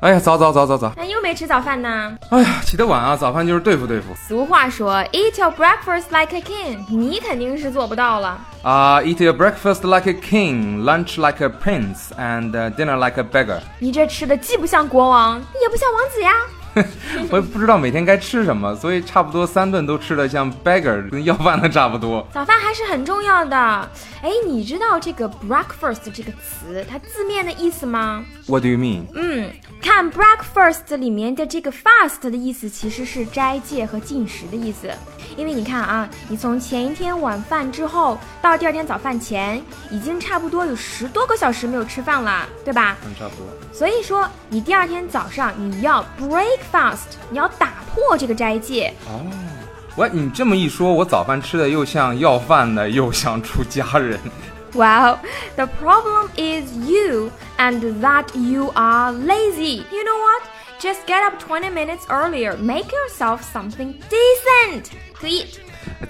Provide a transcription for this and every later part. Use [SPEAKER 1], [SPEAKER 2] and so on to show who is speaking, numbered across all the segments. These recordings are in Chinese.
[SPEAKER 1] 哎呀，早早早早早！
[SPEAKER 2] 那又没吃早饭呢。
[SPEAKER 1] 哎呀，起得晚啊，早饭就是对付对付
[SPEAKER 2] 俗话说，Eat your breakfast like a king，你肯定是做不到了。
[SPEAKER 1] 啊。eat your breakfast like a king, lunch like a prince, and uh, dinner like a beggar。
[SPEAKER 2] 你这吃的既不像国王，也不像王子呀。
[SPEAKER 1] 我也不知道每天该吃什么，所以差不多三顿都吃的像 beggar，跟要饭的差不多。
[SPEAKER 2] 早饭还是很重要的。哎，你知道这个 breakfast 这个词它字面的意思吗？
[SPEAKER 1] What do you mean？
[SPEAKER 2] 嗯，看 breakfast 里面的这个 fast 的意思其实是斋戒和进食的意思，因为你看啊，你从前一天晚饭之后到第二天早饭前，已经差不多有十多个小时没有吃饭了，对吧？
[SPEAKER 1] 嗯，差不多。
[SPEAKER 2] 所以说你第二天早上你要 break fast，你要打破这个斋戒，
[SPEAKER 1] 哦，喂，你这么一说，我早饭吃的又像要饭的，又像出家人。
[SPEAKER 2] Well, the problem is you and that you are lazy. You know what? Just get up 20 minutes earlier. Make yourself something decent to eat.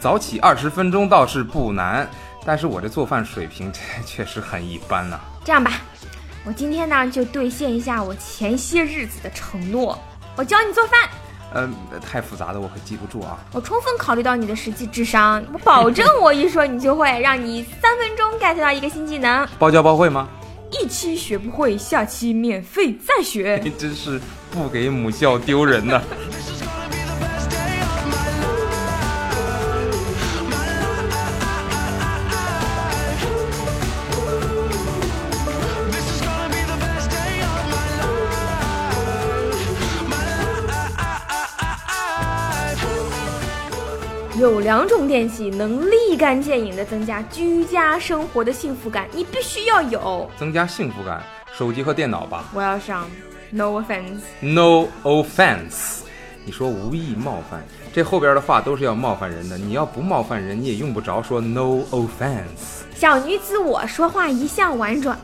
[SPEAKER 1] 早起二十分钟倒是不难，但是我这做饭水平确实很一般呐、
[SPEAKER 2] 这样吧，我今天呢就兑现一下我前些日子的承诺。我教你做饭，
[SPEAKER 1] 嗯、太复杂的我可记不住啊。
[SPEAKER 2] 我充分考虑到你的实际智商，我保证我一说你就会，让你三分钟 get 到一个新技能。
[SPEAKER 1] 包教包会吗？
[SPEAKER 2] 一期学不会，下期免费再学。
[SPEAKER 1] 你真是不给母校丢人呐、
[SPEAKER 3] This is gonna be the best day of my life. My life. This is gonna be the best day of my life. My life.
[SPEAKER 2] 有两种练习能立竿见影地增加居家生活的幸福感，你必须要有。
[SPEAKER 1] 增加幸福感，手机和电脑吧。
[SPEAKER 2] 我要上，no offense。
[SPEAKER 1] No offense，你说无意冒犯，这后边的话都是要冒犯人的。你要不冒犯人，你也用不着说 no offense。
[SPEAKER 2] 小女子我说话一向婉转，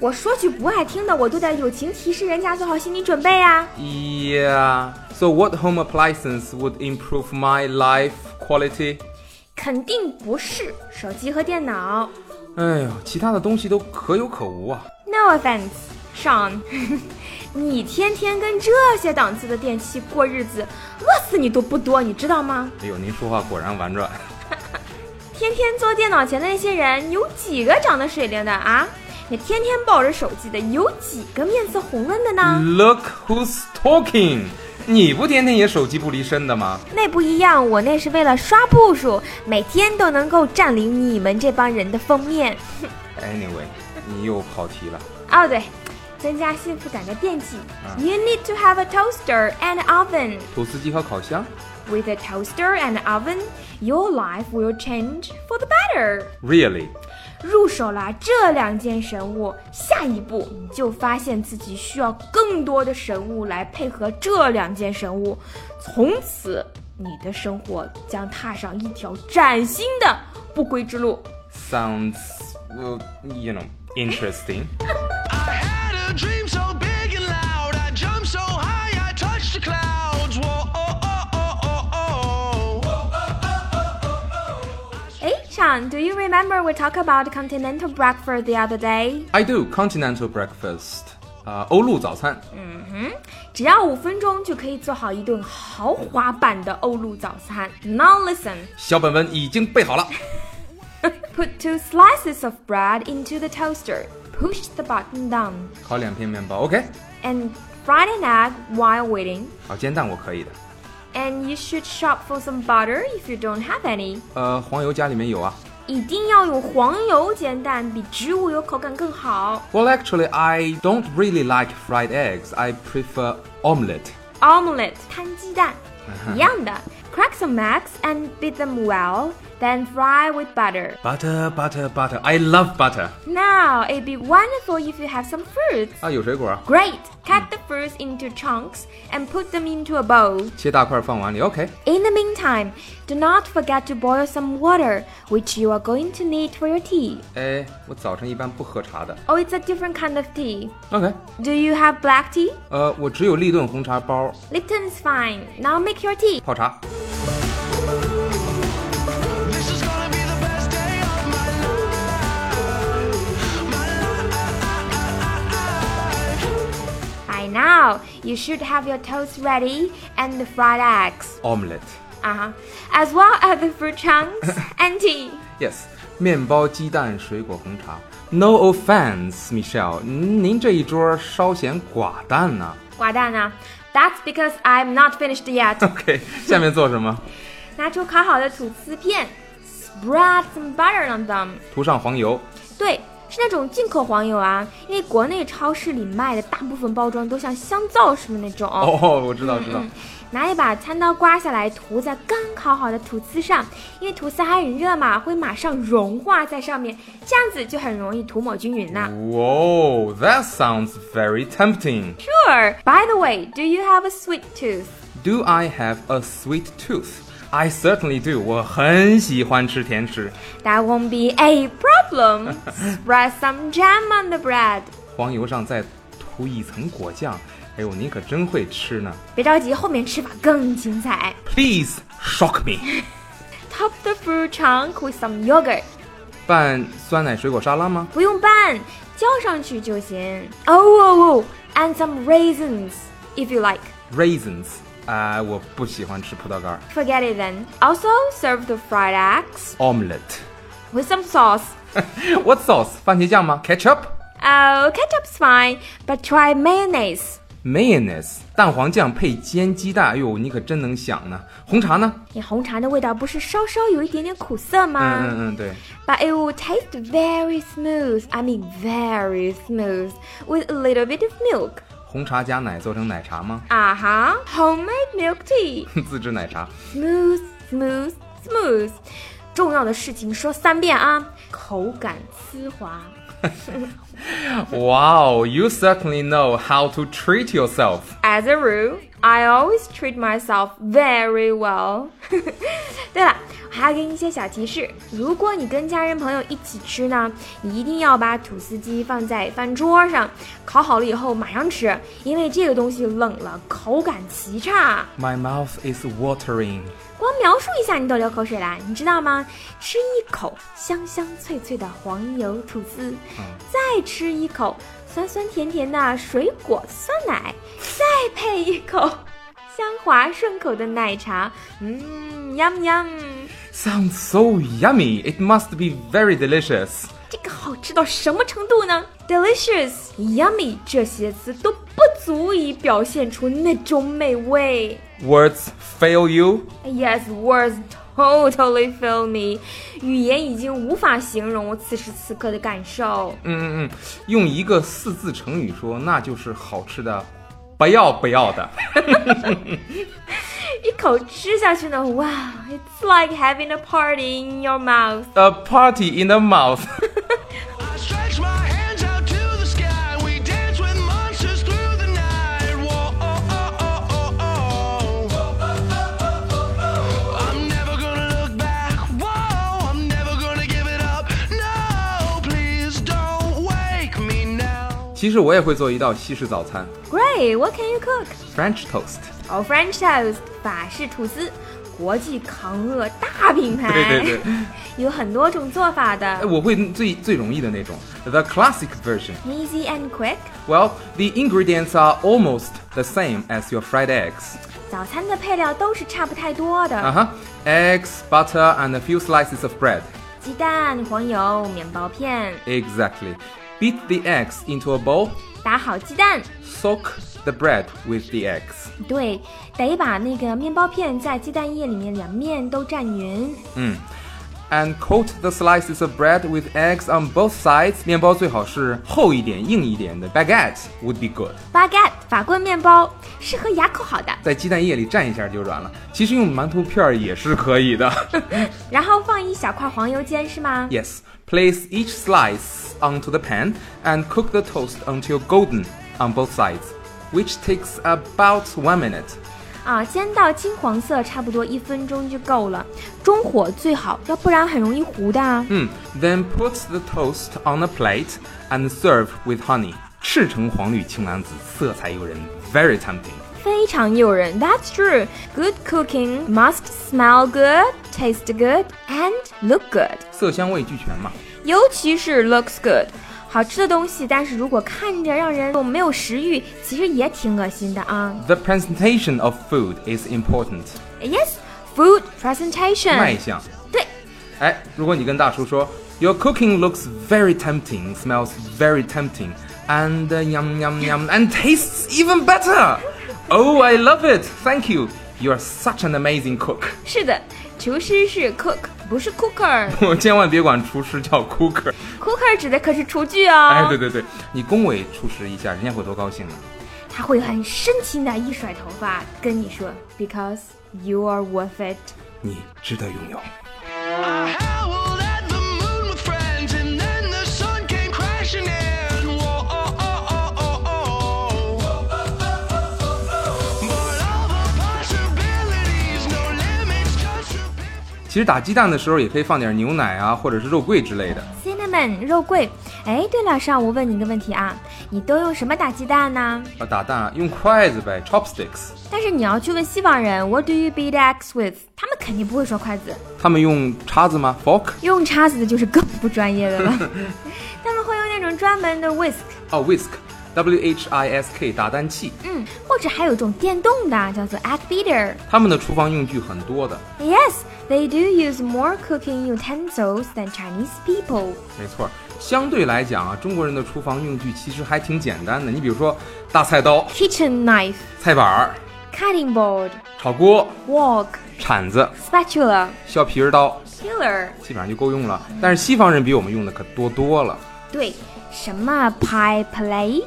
[SPEAKER 2] 我说句不爱听的，我都得友情提示人家做好心理准备啊。
[SPEAKER 1] Yeah. So what home appliance would improve my life quality?
[SPEAKER 2] 肯定不是手机和电脑
[SPEAKER 1] 哎呦，其他的东西都可有可无啊。
[SPEAKER 2] ，no offense。上， 你天天跟这些档次的电器过日子，饿死你都不多，你知道吗？
[SPEAKER 1] 哎呦，您说话果然婉转。
[SPEAKER 2] 天天坐电脑前的那些人，有几个长得水灵的啊？你天天抱着手机的，有几个面色红润的呢？
[SPEAKER 1] Look who's talking！你不天天也手机不离身的吗？
[SPEAKER 2] 那不一样，我那是为了刷步数，每天都能够占领你们这帮人的封面。
[SPEAKER 1] Anyway，你又跑题了。
[SPEAKER 2] 哦，对，增加幸福感的电器、
[SPEAKER 1] 啊
[SPEAKER 2] y o u need to have a toaster and oven.
[SPEAKER 1] 吐司机和烤箱
[SPEAKER 2] With a toaster and oven, your life will change for the better.
[SPEAKER 1] ？Really？
[SPEAKER 2] 入手了这两件神物，下一步你就发现自己需要更多的神物来配合这两件神物，从此你的生活将踏上一条崭新的不归之路。
[SPEAKER 1] sounds, well, you know, interesting.
[SPEAKER 3] I had a dream so big and loud. I jumped so high, I touched the clouds. Whoa, oh, oh, oh, oh, oh.
[SPEAKER 2] 哎，Sean, do you remember we talked about continental breakfast the other day？
[SPEAKER 1] I do continental breakfast，啊、欧陆早餐。
[SPEAKER 2] 只要五分钟就可以做好一顿豪华版的欧陆早餐。Now listen.
[SPEAKER 1] 小本本已经备好了。
[SPEAKER 2] Put two slices of bread into the toaster. Push the button down.
[SPEAKER 1] 烤两片面包，OK。
[SPEAKER 2] and fried an egg while waiting.
[SPEAKER 1] 烤煎蛋我可以的。
[SPEAKER 2] And you should shop for some butter if you don't have any.
[SPEAKER 1] 呃，黄油家里面有啊。
[SPEAKER 2] 一定要用黄油煎蛋，比植物油口感更好。
[SPEAKER 1] Well, actually, I don't really like fried eggs. I prefer omelette.
[SPEAKER 2] Omelette 摊鸡蛋，一样的。Crack some eggs and beat them well, then fry with butter.
[SPEAKER 1] Butter, butter, butter. I love butter.
[SPEAKER 2] Now it'd be wonderful if you have some fruits.
[SPEAKER 1] 啊，有水果啊，
[SPEAKER 2] Great! Cut the fruits into chunks and put them into a bowl.
[SPEAKER 1] 切大块放碗里，OK。
[SPEAKER 2] In the meantime, do not forget to boil some water, which you are going to need for your tea.
[SPEAKER 1] 哎，我早晨一般不喝茶的
[SPEAKER 2] Oh, it's a different kind of tea.
[SPEAKER 1] ，OK。
[SPEAKER 2] Do you have black tea?
[SPEAKER 1] 呃，我只有立顿红茶包
[SPEAKER 2] Lipton is fine. Now make your tea.
[SPEAKER 1] 泡茶。
[SPEAKER 3] This is gonna be the best day of my life. My life.
[SPEAKER 2] I now, you should have your toast ready and the fried eggs.
[SPEAKER 1] Omelette.
[SPEAKER 2] 啊、as well as the fruit chunks and tea.
[SPEAKER 1] Yes，面包、鸡蛋、水果、红茶。No offense, Michelle，嗯您这一桌稍显寡淡呐。
[SPEAKER 2] 寡淡呢？That's because I'm not finished yet.
[SPEAKER 1] OK，下面做什么？
[SPEAKER 2] 拿出烤好的吐司片，spread some butter on them。
[SPEAKER 1] 涂上黄油。
[SPEAKER 2] 对，是那种进口黄油啊，因为国内超市里卖的大部分包装都像香皂似的那种。
[SPEAKER 1] 哦，我知道，知道。
[SPEAKER 2] 拿一把餐刀刮下来，涂在刚烤好的吐司上，因为吐司还很热嘛，会马上融化在上面，这样子就很容易涂抹均匀
[SPEAKER 1] 嗯
[SPEAKER 2] 呐。
[SPEAKER 1] Whoa, that sounds very tempting.
[SPEAKER 2] Sure. By the way, do you have a sweet tooth?
[SPEAKER 1] Do I have a sweet tooth? I certainly do. 我很喜欢吃甜食。
[SPEAKER 2] That won't be a problem. Spread some jam on the bread.
[SPEAKER 1] 黄油上再涂一层果酱。哎呦，您可真会吃呢。
[SPEAKER 2] 别着急，后面吃法更精彩。
[SPEAKER 1] Please shock me.
[SPEAKER 2] Top the fruit chunk with some yogurt.
[SPEAKER 1] 拌酸奶水果沙拉吗？
[SPEAKER 2] 不用拌，浇上去就行。哦哦哦，and some raisins if you like.
[SPEAKER 1] raisins 啊、我不喜欢吃葡萄干儿。
[SPEAKER 2] Forget it then. Also serve the fried eggs
[SPEAKER 1] Omelette.
[SPEAKER 2] with some sauce.
[SPEAKER 1] What sauce？番茄酱吗？Ketchup?
[SPEAKER 2] Oh, ketchup's fine, but try mayonnaise.
[SPEAKER 1] Mayonnaise. 蛋黄酱配煎鸡蛋。哎呦，你可真能想呢。红茶呢？
[SPEAKER 2] 你红茶的味道不是稍稍有一点点苦涩吗？
[SPEAKER 1] 嗯嗯嗯，对。
[SPEAKER 2] But it will taste very smooth. I mean, very smooth with a little bit of milk.
[SPEAKER 1] 红茶加奶做成奶茶吗？
[SPEAKER 2] Uh huh. Homemade milk tea.
[SPEAKER 1] 自制奶茶。
[SPEAKER 2] Smooth, smooth, smooth. 重要的事情说三遍啊！口感丝滑。
[SPEAKER 1] Wow, you certainly know how to treat yourself.
[SPEAKER 2] As a rule, I always treat myself very well. 对了，还要给你一些小提示：如果你跟家人朋友一起吃呢，你一定要把吐司机放在饭桌上，烤好了以后马上吃，因为这个东西冷了口感极差。
[SPEAKER 1] My mouth is watering.
[SPEAKER 2] 光描述一下你都流口水啦，你知道吗？吃一口香香脆脆的黄油吐司，再吃一口酸酸甜甜的水果酸奶，再配一口香滑顺口的奶茶，嗯，yum yum，
[SPEAKER 1] Sounds so yummy. It must be very delicious.
[SPEAKER 2] 这个好吃到什么程度呢？Delicious、yummy 这些词都不足以表现出那种美味。
[SPEAKER 1] Words fail you?
[SPEAKER 2] Yes, words totally fail me。语言已经无法形容我此时此刻的感受。
[SPEAKER 1] 嗯嗯嗯，用一个四字成语说，那就是好吃的，不要不要的。
[SPEAKER 2] 一口吃下去呢，哇，It's like having a party in your mouth。
[SPEAKER 1] A party in the mouth.
[SPEAKER 3] I stretch my hands out to the sky. We dance with monsters through the night. Whoa, oh, oh, oh, oh, oh. I'm never gonna look back. Whoa, I'm never gonna give it up. No, please don't wake me now.
[SPEAKER 1] 其实我也会做一道西式早餐
[SPEAKER 2] Great, what can you cook?
[SPEAKER 1] ，French toast。
[SPEAKER 2] Oh, French toast，法式吐司，国际扛饿大品牌。
[SPEAKER 1] 对对对，
[SPEAKER 2] 有很多种做法
[SPEAKER 1] 哎，
[SPEAKER 2] 的
[SPEAKER 1] 我会最最容易的那种，the classic version。
[SPEAKER 2] ，easy and quick。
[SPEAKER 1] Well, the ingredients are almost the same as your fried eggs.
[SPEAKER 2] 早餐的配料都是差不太多的
[SPEAKER 1] Uh huh. Eggs, butter, and a few slices of bread.
[SPEAKER 2] 鸡蛋、黄油、面包片。
[SPEAKER 1] Exactly. Beat the eggs into a bowl.
[SPEAKER 2] 打好鸡蛋，
[SPEAKER 1] Soak the bread with the eggs.
[SPEAKER 2] 对，得把那个面包片在鸡蛋液里面两面都蘸匀。
[SPEAKER 1] And coat the slices of bread with eggs on both sides. 面包最好是厚一点、硬一点的。Baguette would be good.
[SPEAKER 2] baguette 法棍面包适合牙口好的，
[SPEAKER 1] 在鸡蛋液里蘸一下就软了。其实用馒头片儿也是可以的。
[SPEAKER 2] 然后放一小块黄油煎是吗
[SPEAKER 1] yes, place each slice onto the pan and cook the toast until golden on both sides, which takes about one minute.
[SPEAKER 2] 啊，煎到金黄色，差不多一分钟就够了，中火最好，要不然很容易糊的啊。
[SPEAKER 1] 嗯 Hmm, then put the toast on a plate and serve with honey. 赤橙黄绿青蓝紫，色彩诱人，very tempting.
[SPEAKER 2] 非常诱人，That's true. Good cooking must smell good, taste good, and look good.
[SPEAKER 1] 色香味俱全嘛。
[SPEAKER 2] 尤其是 looks good，好吃的东西，但是如果看着让人没有食欲，其实也挺恶心的啊。
[SPEAKER 1] The presentation of food is important，
[SPEAKER 2] Yes, food
[SPEAKER 1] 卖
[SPEAKER 2] presentation。
[SPEAKER 1] 相。
[SPEAKER 2] 对，
[SPEAKER 1] 哎，如果你跟大叔说 Your cooking looks very tempting, smells very tempting, and uh, yum yum yum, and tastes even better. Oh, I love it. Thank you. You are such an amazing cook.
[SPEAKER 2] 是的，厨师是 cook，不是 cooker。
[SPEAKER 1] 我千万别管厨师叫 cooker。
[SPEAKER 2] cooker 指的可是厨具哦。
[SPEAKER 1] 哎，对对对，你恭维厨师一下，人家会多高兴啊！
[SPEAKER 2] 他会很深情的一甩头发，跟你说，because you are worth it。
[SPEAKER 1] 你值得拥有。
[SPEAKER 3] I howled at the moon with friends, and then the sun came crashing in. Whoa, oh, oh, oh, oh, oh. But all the possibilities, no limits, just a bit
[SPEAKER 1] 其实打鸡蛋的时候也可以放点牛奶啊，或者是肉桂之类的。
[SPEAKER 2] cinnamon 肉桂。哎，对了，上午问你一个问题啊，你都用什么打鸡蛋呢？
[SPEAKER 1] 啊，打蛋啊，用筷子呗，chopsticks。
[SPEAKER 2] 但是你要去问西方人，What do you beat eggs with？他们肯定不会说筷子，
[SPEAKER 1] 他们用叉子吗？fork？
[SPEAKER 2] 用叉子的就是更不专业的 了。他们会用那种专门的 whisk，
[SPEAKER 1] 哦，whisk，w h i s k，打蛋器。
[SPEAKER 2] 嗯，或者还有一种电动的叫做 egg beater。
[SPEAKER 1] 他们的厨房用具很多的，
[SPEAKER 2] Yes，they do use more cooking utensils than Chinese people。
[SPEAKER 1] 没错儿。相对来讲啊，中国人的厨房用具其实还挺简单的。你比如说大菜刀、
[SPEAKER 2] Kitchen knife、
[SPEAKER 1] 菜板儿、
[SPEAKER 2] cutting board、
[SPEAKER 1] 炒锅、
[SPEAKER 2] wok、
[SPEAKER 1] 铲子、
[SPEAKER 2] spatula、
[SPEAKER 1] 削皮儿刀，
[SPEAKER 2] pillar。
[SPEAKER 1] 基本上就够用了。但是西方人比我们用的可多多了。
[SPEAKER 2] 对，什么 pie plate、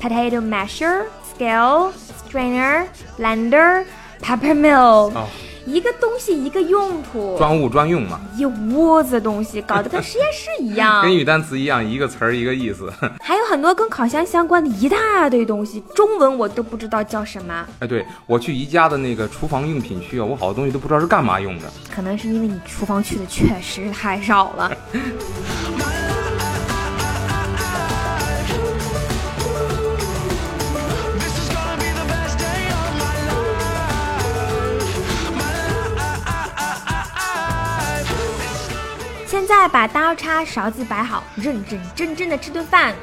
[SPEAKER 2] potato masher、scale、strainer、blender、paper mill，、
[SPEAKER 1] 哦
[SPEAKER 2] 一个东西一个用途，
[SPEAKER 1] 专务专用嘛，
[SPEAKER 2] 一窝子东西，搞得跟实验室一 样
[SPEAKER 1] 跟。语单词一样，一个词儿一个意思。
[SPEAKER 2] 还有很多跟烤箱相关的一大堆东西，中文我都不知道叫什么，
[SPEAKER 1] 哎，对我去宜家的那个厨房用品区啊，我好多东西都不知道是干嘛用的。
[SPEAKER 2] 可能是因为你厨房去的确实太少了。
[SPEAKER 3] This is gonna be the best day of my life. My life.
[SPEAKER 2] 现在把刀叉勺子摆好，认认真真的吃顿饭。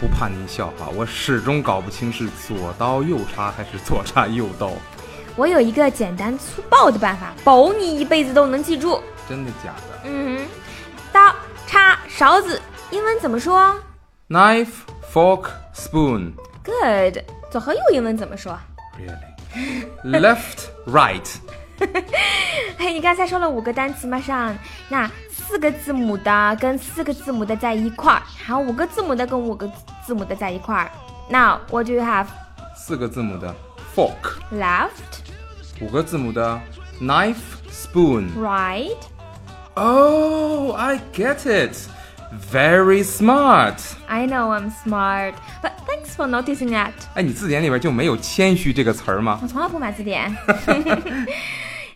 [SPEAKER 1] 不怕您笑话，我始终搞不清是左刀右叉还是左叉右刀，
[SPEAKER 2] 我有一个简单粗暴的办法，保你一辈子都能记住。
[SPEAKER 1] 真的假的
[SPEAKER 2] 嗯哼，刀、叉、勺子，英文怎么说
[SPEAKER 1] ？Knife, fork, spoon,
[SPEAKER 2] ？Good。左和右英文怎么说？
[SPEAKER 1] really? Left, right.
[SPEAKER 2] 嘿，你刚才说了五个单词嘛，上那四个字母的跟四个字母的在一块儿，还有五个字母的跟五个字母的在一块儿。Now what do you have
[SPEAKER 1] 四个字母的 fork，
[SPEAKER 2] left,
[SPEAKER 1] 五个字母的 knife, spoon.
[SPEAKER 2] right？
[SPEAKER 1] Oh, I get it. Very smart.
[SPEAKER 2] I know I'm smart, but thanks for noticing that.
[SPEAKER 1] 哎，你字典里边就没有谦虚这个词儿吗？
[SPEAKER 2] 我从来不买字典。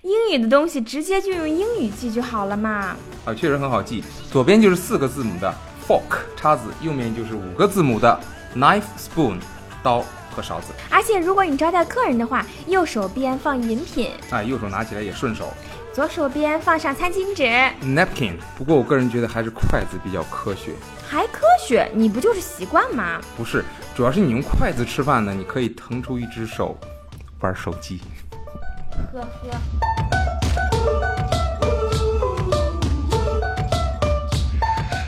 [SPEAKER 2] 英语的东西直接就用英语记就好了嘛。
[SPEAKER 1] 啊，确实很好记。左边就是四个字母的 fork 叉子，右面就是五个字母的 knife spoon 刀和勺子。
[SPEAKER 2] 而且如果你招待客人的话，右手边放饮品，
[SPEAKER 1] 啊，右手拿起来也顺手。
[SPEAKER 2] 左手边放上餐巾纸，
[SPEAKER 1] napkin，不过我个人觉得还是筷子比较科学。
[SPEAKER 2] 还科学。你不就是习惯吗？
[SPEAKER 1] 不是，主要是你用筷子吃饭呢，你可以腾出一只手玩手机。
[SPEAKER 2] 呵呵。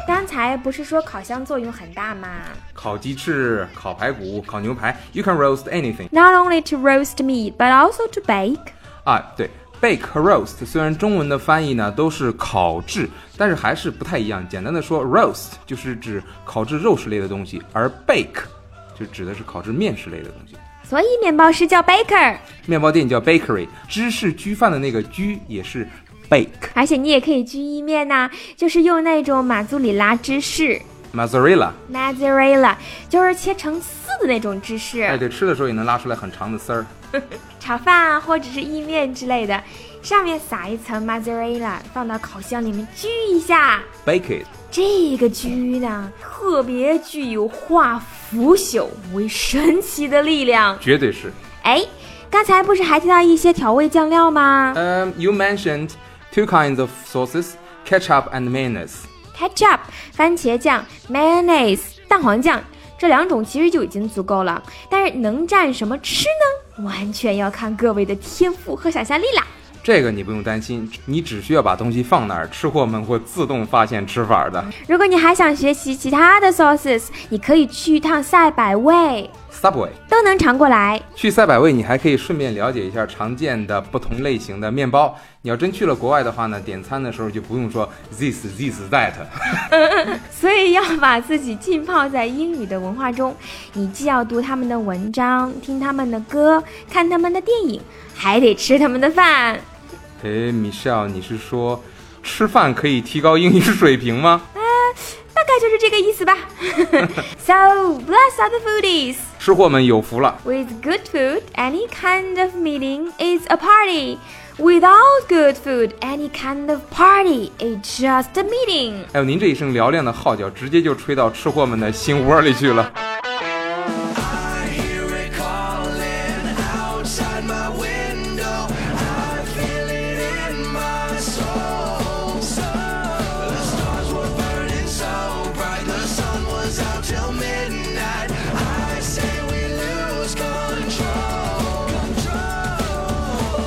[SPEAKER 2] 刚才不是说烤箱作用很大吗
[SPEAKER 1] 烤鸡翅、烤排骨、烤牛排，you can roast anything。
[SPEAKER 2] ？Not only to roast meat, but also to bake.
[SPEAKER 1] 啊，对，bake 和 roast 虽然中文的翻译呢都是烤制，但是还是不太一样。简单的说，roast 就是指烤制肉食类的东西，而 bake 就指的是烤制面食类的东西。
[SPEAKER 2] 所以面包师叫 baker，
[SPEAKER 1] 面包店叫 bakery，芝士焗饭的那个焗也是 bake。
[SPEAKER 2] 而且你也可以焗意面呐、就是用那种马苏里拉芝士
[SPEAKER 1] mozzarella，
[SPEAKER 2] （mozzarella），就是切成丝的那种芝士。
[SPEAKER 1] 哎，对，吃的时候也能拉出来很长的丝儿。
[SPEAKER 2] 炒饭啊，或者是意面之类的，上面撒一层 mozzarella，放到烤箱里面焗一下。
[SPEAKER 1] bake it，
[SPEAKER 2] 这个焗呢，特别具有化腐朽为神奇的力量。
[SPEAKER 1] 绝对是。
[SPEAKER 2] 哎，刚才不是还提到一些调味酱料吗
[SPEAKER 1] 嗯、y o u mentioned two kinds of sauces，ketchup and mayonnaise。
[SPEAKER 2] ketchup、番茄酱、mayonnaise、蛋黄酱。这两种其实就已经足够了，但是能蘸什么吃呢？完全要看各位的天赋和想象力啦。
[SPEAKER 1] 这个你不用担心，你只需要把东西放哪儿，吃货们会自动发现吃法的。
[SPEAKER 2] 如果你还想学习其他的 sauces，你可以去一趟赛百味，
[SPEAKER 1] Subway
[SPEAKER 2] 都能尝过来。
[SPEAKER 1] 去赛百味，你还可以顺便了解一下常见的不同类型的面包。你要真去了国外的话呢，点餐的时候就不用说 this this that，
[SPEAKER 2] 所以要把自己浸泡在英语的文化中，你既要读他们的文章，听他们的歌，看他们的电影，还得吃他们的饭。
[SPEAKER 1] 诶，米少，你是说吃饭可以提高英语水平吗？
[SPEAKER 2] 大概就是这个意思吧。so bless other foodies.
[SPEAKER 1] 吃货们有福了。
[SPEAKER 2] With good food, any kind of meeting is a party. Without good food, any kind of party is just a meeting.
[SPEAKER 1] 还有哎您这一声嘹亮的号角，直接就吹到吃货们的心窝里去了。
[SPEAKER 3] I hear it calling outside my window. I feel it in my soul. So, the stars were burning so bright, the sun was out till midnight. I say we lose control. Control.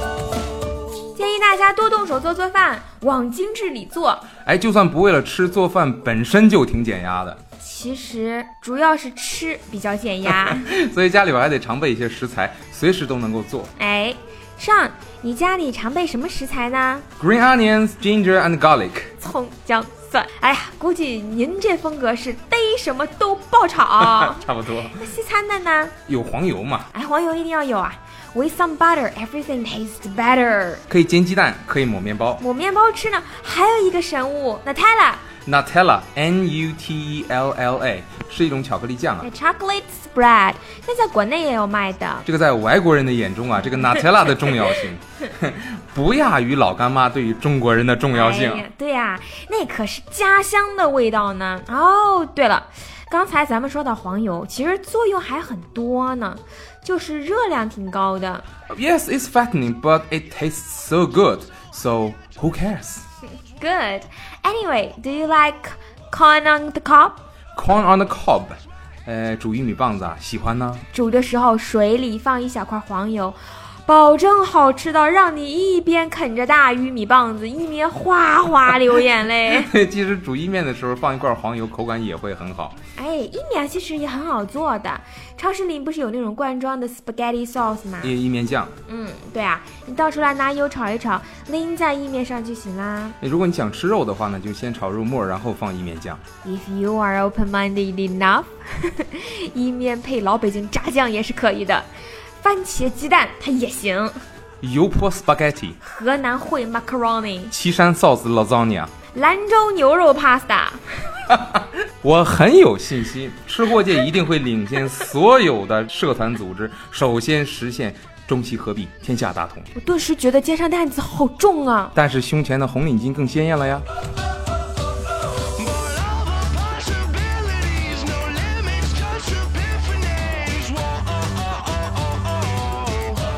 [SPEAKER 2] 建议大家多动手做做饭，往精致里做。
[SPEAKER 1] 哎，就算不为了吃，做饭本身就挺减压的，
[SPEAKER 2] 其实主要是吃比较减压。
[SPEAKER 1] 所以家里边还得常备一些食材，随时都能够做。
[SPEAKER 2] 哎，上，你家里常备什么食材呢？
[SPEAKER 1] Green onions, ginger and garlic。
[SPEAKER 2] 葱姜蒜。哎呀，估计您这风格是逮什么都爆炒
[SPEAKER 1] 。差不多。
[SPEAKER 2] 那西餐的呢？
[SPEAKER 1] 有黄油嘛？
[SPEAKER 2] 哎，黄油一定要有啊。With some butter, everything tastes better。
[SPEAKER 1] 可以煎鸡蛋，可以抹面包。
[SPEAKER 2] 抹面包吃呢，还有一个神物，那 t e l a
[SPEAKER 1] Nutella N U T E L L A 是一种巧克力酱啊
[SPEAKER 2] 那。chocolate spread，那在国内也有卖的。
[SPEAKER 1] 这个在外国人的眼中啊，这个 Nutella 的重要性， 不亚于老干妈对于中国人的重要性
[SPEAKER 2] 哎。呀，对呀、那可是家乡的味道呢。哦，对了，刚才咱们说到黄油，其实作用还很多呢，就是热量挺高的。
[SPEAKER 1] Yes, it's fattening, but it tastes so good. So who cares?
[SPEAKER 2] Good. Anyway, do you like corn on the cob?
[SPEAKER 1] Corn on the cob，呃，煮玉米棒子啊，喜欢呢。
[SPEAKER 2] 煮的时候水里放一小块黄油，保证好吃到让你一边啃着大玉米棒子，一边哗哗流眼 泪。
[SPEAKER 1] 其实煮意面的时候放一块黄油，口感也会很好。
[SPEAKER 2] 哎，意面其实也很好做的，超市里不是有那种罐装的 spaghetti sauce 吗？
[SPEAKER 1] 意意面酱，
[SPEAKER 2] 嗯，对啊，你倒出来拿油炒一炒，淋在意面上就行啦。
[SPEAKER 1] 如果你想吃肉的话呢，就先炒肉末，然后放意面酱。
[SPEAKER 2] If you are open-minded enough，意面配老北京炸酱也是可以的，番茄鸡蛋它也行，
[SPEAKER 1] 油泼 spaghetti，
[SPEAKER 2] 河南烩 macaroni，
[SPEAKER 1] 岐山 sauce lasagna。
[SPEAKER 2] 兰州牛肉 pasta，
[SPEAKER 1] 我很有信心，吃货界一定会领先所有的社团组织，首先实现中西合璧，天下大同。
[SPEAKER 2] 我顿时觉得肩上担子好重啊！
[SPEAKER 1] 但是胸前的红领巾更鲜艳了呀！
[SPEAKER 3] More love of possibilities, no limits, just epiphanies. Whoa.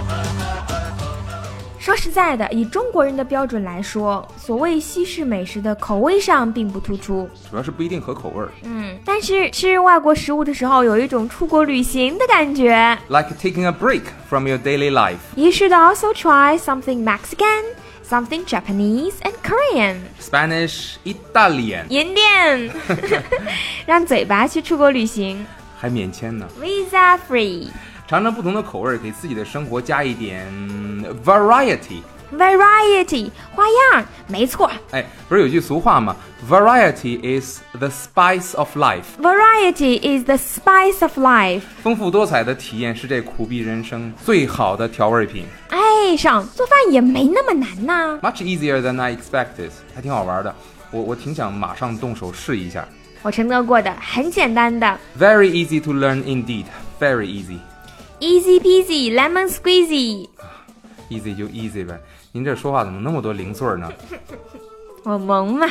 [SPEAKER 2] 说实在的，以中国人的标准来说，所谓西式美食的口味上并不突出，
[SPEAKER 1] 主要是不一定合口味儿。
[SPEAKER 2] 嗯，但是吃外国食物的时候有一种出国旅行的感觉。
[SPEAKER 1] Like taking a break from your daily life,
[SPEAKER 2] You should also try something Mexican, something Japanese and Korean。
[SPEAKER 1] Spanish, Italian，
[SPEAKER 2] 银店， 让嘴巴去出国旅行
[SPEAKER 1] 还免签呢。
[SPEAKER 2] ，visa free。
[SPEAKER 1] 尝尝不同的口味儿，给自己的生活加一点嗯 variety。
[SPEAKER 2] Variety 花样，没错
[SPEAKER 1] 哎，不是有句俗话吗？Variety is the spice of life。
[SPEAKER 2] ，Variety is the spice of life。
[SPEAKER 1] 丰富多彩的体验是这苦逼人生最好的调味品。
[SPEAKER 2] 爱上做饭也没那么难呐、
[SPEAKER 1] Much easier than I expected，还挺好玩的。我我挺想马上动手试一下。
[SPEAKER 2] 我承诺过的，很简单的
[SPEAKER 1] Very easy to learn indeed. Very easy.
[SPEAKER 2] ，easy peasy lemon squeezy。
[SPEAKER 1] Easy 就 easy 呗。您这说话怎么那么多零碎儿呢
[SPEAKER 2] 我萌嘛，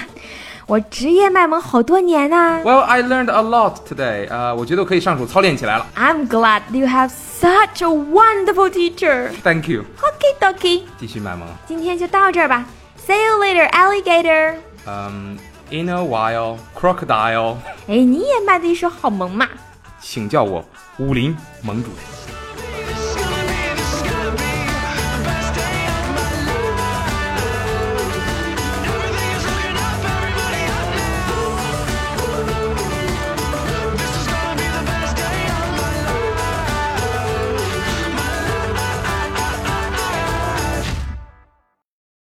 [SPEAKER 2] 我职业卖萌好多年呐、
[SPEAKER 1] ？Well, I learned a lot today. 啊、我觉得我可以上手操练起来了。
[SPEAKER 2] I'm glad you have such a wonderful teacher.
[SPEAKER 1] Thank you.
[SPEAKER 2] Okie dokie，
[SPEAKER 1] 继续卖萌。
[SPEAKER 2] 今天就到这儿吧。See you later, alligator.
[SPEAKER 1] 嗯、 In a while, crocodile，
[SPEAKER 2] 哎，你也卖的一手好萌嘛！
[SPEAKER 1] 请叫我武林盟主。